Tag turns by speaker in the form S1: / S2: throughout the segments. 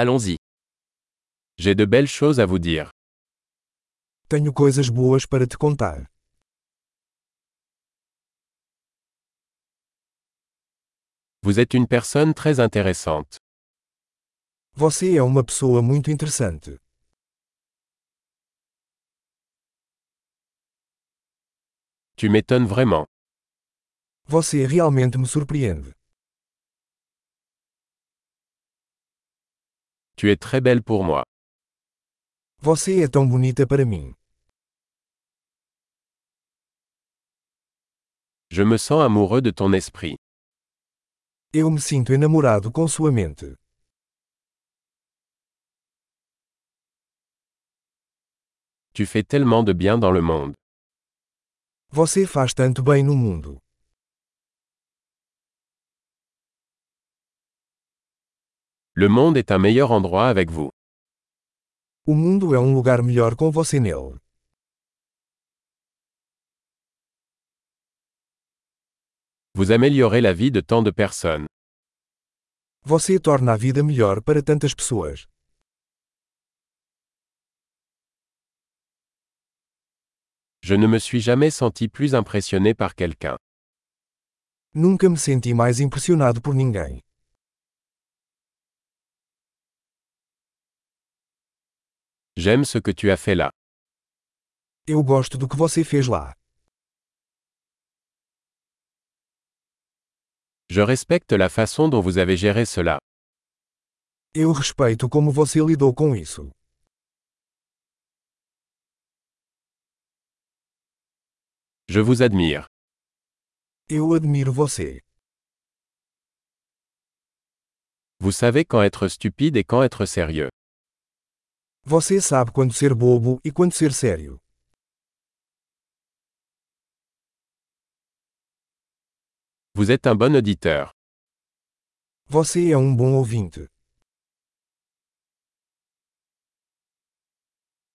S1: Allons-y. J'ai de belles choses à vous dire.
S2: Tenho coisas boas para te contar.
S1: Vous êtes une personne très intéressante.
S2: Você é uma pessoa muito interessante.
S1: Tu m'étonnes vraiment.
S2: Você realmente me surpreende.
S1: Tu es très belle pour moi.
S2: Você é tão bonita para mim.
S1: Je me sens amoureux de ton esprit.
S2: Eu me sinto enamorado com sua mente.
S1: Tu fais tellement de bien dans le monde.
S2: Você faz tanto bem no mundo.
S1: Le monde est un meilleur endroit avec vous.
S2: O mundo é um lugar melhor com você nele.
S1: Vous améliorez la vie de tant de personnes.
S2: Você torna a vida melhor para tantas pessoas.
S1: Je ne me suis jamais senti plus impressionné par quelqu'un.
S2: Nunca me senti mais impressionado por ninguém.
S1: J'aime ce que tu as fait là.
S2: Eu gosto do que você fez lá.
S1: Je respecte la façon dont vous avez géré cela.
S2: Eu respeito como você lidou com isso.
S1: Je vous admire.
S2: Eu admiro você.
S1: Vous savez quand être stupide et quand être sérieux.
S2: Você sabe quando ser bobo e quando ser sério.
S1: Vous êtes un bon auditeur.
S2: Você é um bom ouvinte.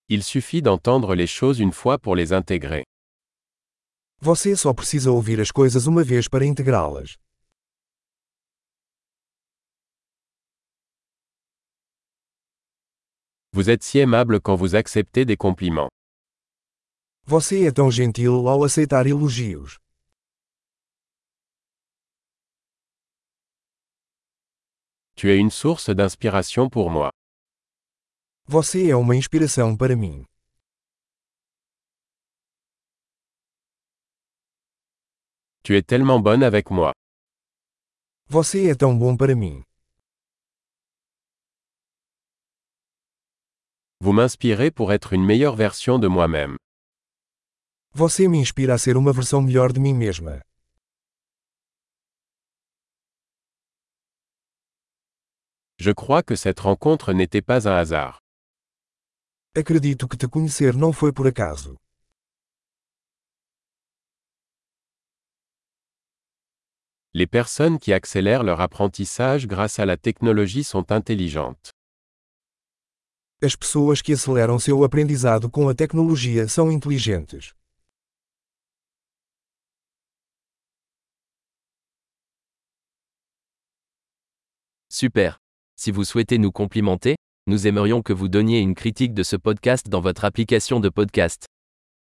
S1: Il suffit d'entendre les choses une fois pour les intégrer.
S2: Você só precisa ouvir as coisas uma vez para integrá-las.
S1: Vous êtes si aimable quand vous acceptez des compliments.
S2: Você é tão gentil ao aceitar elogios.
S1: Tu es une source d'inspiration pour moi.
S2: Você é uma inspiração para mim.
S1: Tu es tellement bonne avec moi.
S2: Você é tão bom para mim.
S1: Vous m'inspirez pour être une meilleure version de moi-même.
S2: Você me inspira a ser uma versão melhor de mim mesma.
S1: Je crois que cette rencontre n'était pas un hasard.
S2: Acredito que te conhecer não foi por acaso.
S1: Les personnes qui accélèrent leur apprentissage grâce à la technologie sont intelligentes.
S2: As pessoas que aceleram seu aprendizado com a tecnologia são inteligentes.
S3: Super. Si vous souhaitez nous complimenter, nous aimerions que vous donniez une critique de ce podcast dans votre application de podcast.